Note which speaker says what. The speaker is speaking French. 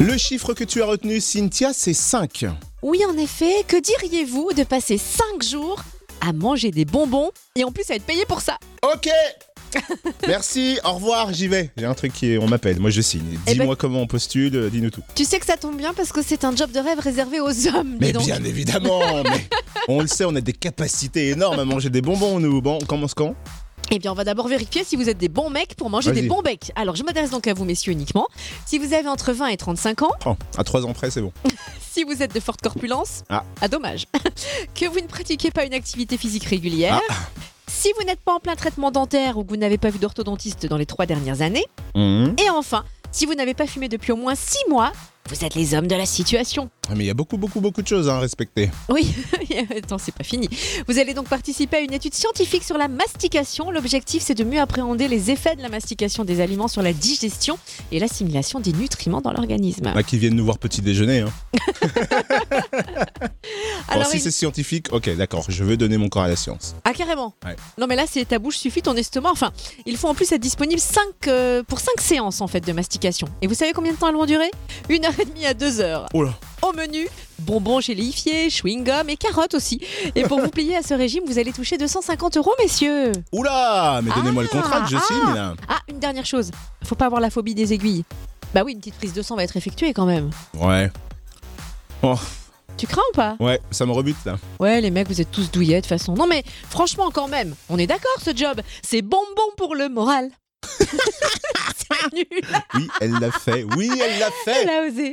Speaker 1: Le chiffre que tu as retenu, Cynthia, c'est 5.
Speaker 2: Oui, en effet, que diriez-vous de passer 5 jours à manger des bonbons et en plus à être payé pour ça
Speaker 1: Ok Merci, au revoir, j'y vais. J'ai un truc qui est, on m'appelle, moi je signe.
Speaker 2: Eh ben-
Speaker 1: Dis-moi comment on postule, euh, dis-nous tout.
Speaker 2: Tu sais que ça tombe bien parce que c'est un job de rêve réservé aux hommes. dis
Speaker 1: Mais
Speaker 2: donc.
Speaker 1: bien évidemment, mais on le sait, on a des capacités énormes à manger des bonbons, nous. Bon, on commence quand
Speaker 2: Eh bien, on va d'abord vérifier si vous êtes des bons mecs pour manger des
Speaker 1: Vas-y.
Speaker 2: bons becs. Alors, je m'adresse donc à vous, messieurs, uniquement. Si vous avez entre 20 et 35 ans,
Speaker 1: Oh, À 3 ans près, c'est bon.
Speaker 2: si vous êtes de forte corpulence,
Speaker 1: Ah.
Speaker 2: dommage, que vous ne pratiquez pas une activité physique régulière,
Speaker 1: Ah.
Speaker 2: si vous n'êtes pas en plein traitement dentaire ou que vous n'avez pas vu d'orthodontiste dans les trois dernières années,
Speaker 1: Mhm.
Speaker 2: et enfin, si vous n'avez pas fumé depuis au moins 6 mois, vous êtes les hommes de la situation.
Speaker 1: Ah, Mais il y a beaucoup, beaucoup, beaucoup de choses hein, à respecter.
Speaker 2: Oui, attends, c'est pas fini. Vous allez donc participer à une étude scientifique sur la mastication. L'objectif, c'est de mieux appréhender les effets de la mastication des aliments sur la digestion et l'assimilation des nutriments dans l'organisme.
Speaker 1: Ah, qui viennent nous voir petit déjeuner. Hein. Bon,
Speaker 2: Alors,
Speaker 1: si
Speaker 2: il-
Speaker 1: c'est scientifique, ok, d'accord, je veux donner mon corps à la science.
Speaker 2: Ah carrément
Speaker 1: Ouais.
Speaker 2: Non mais là c'est ta bouche suffit, ton estomac. Enfin, il faut en plus être disponible 5, pour 5 séances en fait de mastication. Et vous savez combien de temps elles vont durer Une heure et demie à deux heures.
Speaker 1: Oh là
Speaker 2: Au menu, bonbons gélifiés, chewing-gum et carottes aussi. Et pour vous plier à ce régime, vous allez toucher 250 euros messieurs.
Speaker 1: Oula Mais donnez-moi le
Speaker 2: Ah,
Speaker 1: contrat que je
Speaker 2: ah.
Speaker 1: signe là.
Speaker 2: Ah, une dernière chose, faut pas avoir la phobie des aiguilles. Bah oui, une petite prise de sang va être effectuée quand même.
Speaker 1: Ouais,
Speaker 2: Tu crains ou pas
Speaker 1: ouais, ça me rebute là.
Speaker 2: Ouais les mecs, vous êtes tous douillets de toute façon. Non mais franchement quand même, on est d'accord ce job, c'est bonbon pour le moral. c'est nul,
Speaker 1: Oui, elle l'a fait, oui, elle l'a fait
Speaker 2: elle a osé.